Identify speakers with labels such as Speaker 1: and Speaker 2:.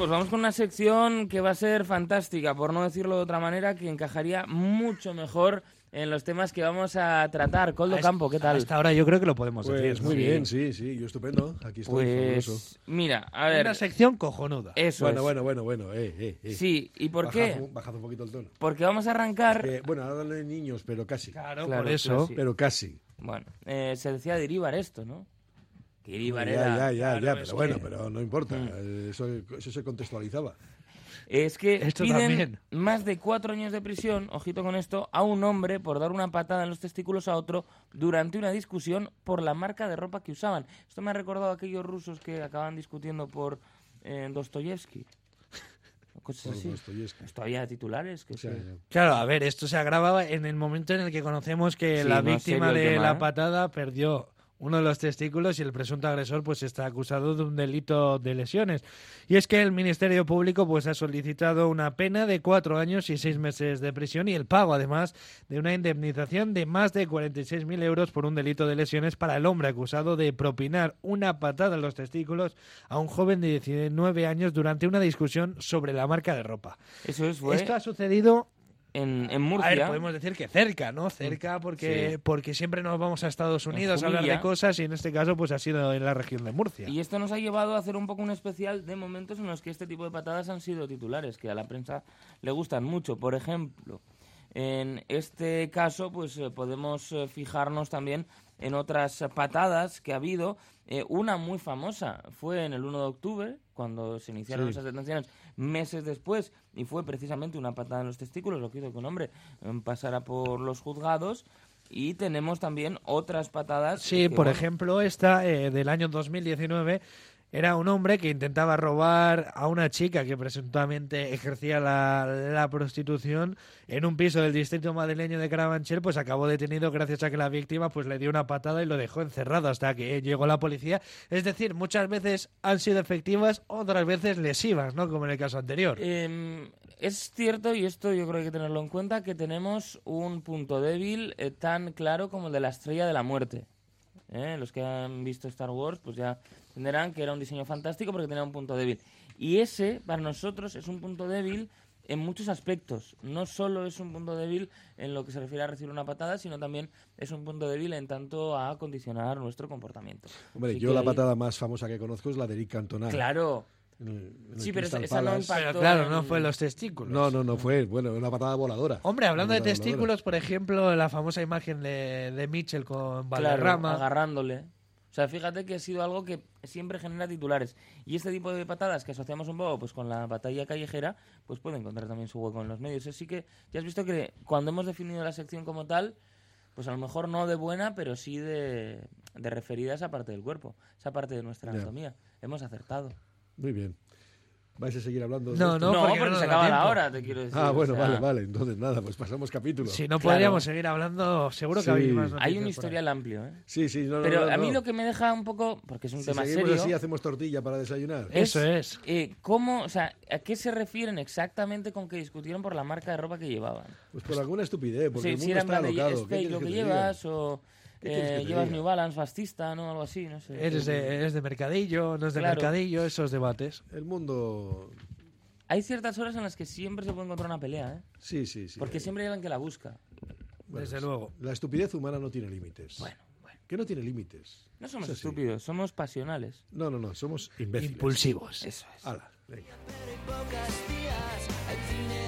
Speaker 1: pues vamos con una sección que va a ser fantástica, por no decirlo de otra manera, que encajaría mucho mejor en los temas que vamos a tratar.
Speaker 2: Ah,
Speaker 1: Coldo
Speaker 3: A es-
Speaker 1: Campo, ¿qué tal?
Speaker 3: Hasta ahora yo creo que lo podemos
Speaker 2: Pues
Speaker 3: decir. ¿no?
Speaker 2: muy
Speaker 1: sí.
Speaker 2: bien, sí, sí, yo estupendo. Aquí estoy. fabuloso.
Speaker 1: Pues mira, a ver, eh,
Speaker 3: Una sección cojonuda.
Speaker 1: eso
Speaker 2: Bueno,
Speaker 1: es.
Speaker 2: bueno, bueno, bueno. Eh, eh, eh.
Speaker 1: Sí, ¿y por
Speaker 2: Bajad
Speaker 1: qué?
Speaker 2: un- Bajad un poquito el tono.
Speaker 1: Porque vamos a arrancar...
Speaker 2: Eh, bueno, ahora no hay niños, pero casi.
Speaker 3: Claro,
Speaker 1: Claro,
Speaker 3: por eso.
Speaker 1: sí.
Speaker 2: Pero casi.
Speaker 1: Bueno, eh, se decía de Iríbar esto, ¿no? Que Iríbar
Speaker 2: ya,
Speaker 1: era...
Speaker 2: ya, ya,
Speaker 3: claro,
Speaker 2: ya,
Speaker 3: es
Speaker 2: pero bueno,
Speaker 3: que-
Speaker 2: pero no importa.
Speaker 1: Mm.
Speaker 2: eh, Eso, eso se contextualizaba.
Speaker 1: Es que
Speaker 3: Esto
Speaker 1: piden
Speaker 3: también.
Speaker 1: más de cuatro años de prisión, ojito con esto, a un hombre por dar una patada en los testículos a otro durante una discusión por la marca de ropa que usaban. Esto me ha recordado a aquellos rusos que acababan discutiendo por eh, Dostoyevsky. O Cosas
Speaker 2: Por
Speaker 1: así.
Speaker 2: Dostoyevsky.
Speaker 1: Pues todavía titulares que
Speaker 2: O sea,
Speaker 1: se-
Speaker 2: ya.
Speaker 3: Claro, a ver, esto se agravaba en el momento en el que conocemos que
Speaker 1: Sí,
Speaker 3: la
Speaker 1: más
Speaker 3: víctima
Speaker 1: serio el
Speaker 3: de
Speaker 1: tema,
Speaker 3: la
Speaker 1: ¿eh?
Speaker 3: patada perdió uno de los testículos y el presunto agresor pues está acusado de un delito de lesiones. Y es que el Ministerio Público pues ha solicitado una pena de cuatro años y seis meses de prisión y el pago además de una indemnización de más de 46.000 euros por un delito de lesiones para el hombre acusado de propinar una patada en los testículos a un joven de 19 años durante una discusión sobre la marca de ropa.
Speaker 1: Eso es, fue
Speaker 3: Esto ha sucedido
Speaker 1: en, en
Speaker 3: a
Speaker 1: Murcia. Mm,
Speaker 3: ver, podemos decir que cerca, ¿no? Cerca porque,
Speaker 1: Sí.
Speaker 3: porque siempre nos vamos a Estados Unidos a hablar
Speaker 1: Jumilla.
Speaker 3: de cosas y en este caso pues ha sido en la región de Murcia.
Speaker 1: Y esto nos ha llevado a hacer un poco un especial de momentos en los que este tipo de patadas han sido titulares, que a la prensa le gustan mucho. Por ejemplo, en este caso, pues eh, podemos eh, fijarnos también en otras eh, patadas que ha habido. Eh, una muy famosa fue en el 1 de octubre, cuando se iniciaron
Speaker 2: Sí.
Speaker 1: esas detenciones meses después, y fue precisamente una patada en los testículos, lo que hizo que un hombre eh, pasara por los juzgados. Y tenemos también otras patadas. eh,
Speaker 3: Sí,
Speaker 1: que,
Speaker 3: por
Speaker 1: bueno,
Speaker 3: ejemplo, esta eh, del año 2019 era un hombre que intentaba robar a una chica que presuntamente ejercía la, la prostitución en un piso del distrito madrileño de Carabanchel, pues acabó detenido gracias a que la víctima pues le dio una patada y lo dejó encerrado hasta que llegó la policía. Es decir, muchas veces han sido efectivas, otras veces lesivas, ¿no? Como en el caso anterior.
Speaker 1: Eh, es cierto, y esto yo creo que hay que tenerlo en cuenta, que tenemos un punto débil eh, tan claro como el de la estrella de la muerte. ¿Eh? Los que han visto Star Wars, pues ya entenderán que era un diseño fantástico porque tenía un punto débil. Y ese, para nosotros, es un punto débil en muchos aspectos. No solo es un punto débil en lo que se refiere a recibir una patada, sino también es un punto débil en tanto a condicionar nuestro comportamiento.
Speaker 2: Hombre,
Speaker 1: Así
Speaker 2: yo
Speaker 1: que
Speaker 2: la
Speaker 1: ahí-
Speaker 2: patada más famosa que conozco es la de Eric Cantona.
Speaker 1: Claro.
Speaker 2: En el- en el
Speaker 1: Sí, pero
Speaker 2: Crystal
Speaker 1: esa no
Speaker 2: Palace.
Speaker 1: impacta.
Speaker 3: Pero claro, no
Speaker 1: en-
Speaker 3: fue los testículos.
Speaker 2: No, no, no fue. Bueno, una patada voladora.
Speaker 3: Hombre, hablando de
Speaker 2: Una patada voladora.
Speaker 3: testículos, por ejemplo, la famosa imagen de, de Mitchell
Speaker 1: Claro,
Speaker 3: con Valderrama.
Speaker 1: agarrándole. O sea, fíjate que ha sido algo que siempre genera titulares. Y este tipo de patadas que asociamos un poco pues, con la batalla callejera, pues puede encontrar también su hueco en los medios. Así que ya has visto que cuando hemos definido la sección como tal, pues a lo mejor no de buena, pero sí de, de referida a esa parte del cuerpo, esa parte de nuestra
Speaker 2: Ya.
Speaker 1: anatomía. Hemos acertado.
Speaker 2: Muy bien. ¿Vais a seguir hablando? de
Speaker 3: No,
Speaker 2: esto?
Speaker 1: No, porque,
Speaker 3: porque no nos
Speaker 1: se
Speaker 3: da
Speaker 1: acaba la
Speaker 3: tiempo.
Speaker 1: hora, te quiero decir.
Speaker 2: Ah,
Speaker 1: o
Speaker 2: bueno,
Speaker 1: sea,
Speaker 2: vale, vale. Entonces, nada, pues pasamos capítulo.
Speaker 3: Si no
Speaker 1: Claro.
Speaker 3: podríamos seguir hablando, seguro que
Speaker 2: Sí.
Speaker 3: habría
Speaker 1: Hay
Speaker 3: más noticias
Speaker 1: un
Speaker 3: por ahí.
Speaker 1: historial amplio, ¿eh?
Speaker 2: Sí, sí, no, no,
Speaker 1: Pero
Speaker 2: no,
Speaker 1: a mí
Speaker 2: no.
Speaker 1: lo que me deja un poco, porque es un
Speaker 2: Si
Speaker 1: tema
Speaker 2: seguimos
Speaker 1: serio...
Speaker 2: así, hacemos tortilla para desayunar.
Speaker 1: Eh,
Speaker 3: Eso es.
Speaker 1: Eh, ¿Cómo, o sea, a qué se refieren exactamente con que discutieron por la marca de ropa que llevaban?
Speaker 2: Pues por alguna estupidez,
Speaker 1: O
Speaker 2: porque
Speaker 1: sea,
Speaker 2: el
Speaker 1: si
Speaker 2: mundo
Speaker 1: era en
Speaker 2: está
Speaker 1: plan de "Ye- es
Speaker 2: alocado. ¿Qué
Speaker 1: fake
Speaker 2: quieres
Speaker 1: lo
Speaker 2: que
Speaker 1: que
Speaker 2: te
Speaker 1: llevas
Speaker 2: diga?
Speaker 1: o
Speaker 2: ¿Qué quieres
Speaker 1: eh,
Speaker 2: que te
Speaker 1: llevas
Speaker 2: diga?
Speaker 1: New Balance fascista, ¿no? Algo así, no sé.
Speaker 3: Eres de, eres de mercadillo, no es de
Speaker 1: Claro.
Speaker 3: mercadillo, esos debates.
Speaker 2: El mundo...
Speaker 1: Hay ciertas horas en las que siempre se puede encontrar una pelea, ¿eh?
Speaker 2: Sí, sí, sí.
Speaker 1: Porque siempre hay alguien que la busca.
Speaker 2: Bueno,
Speaker 3: Desde
Speaker 2: es-
Speaker 3: luego.
Speaker 2: La estupidez humana no tiene límites.
Speaker 1: Bueno, bueno.
Speaker 2: Que no tiene límites.
Speaker 1: No somos
Speaker 2: Es así.
Speaker 1: estúpidos, somos pasionales.
Speaker 2: No, no, no, somos imbéciles.
Speaker 3: Impulsivos.
Speaker 1: Eso es.
Speaker 2: Hala, venga.
Speaker 4: pocas días al cine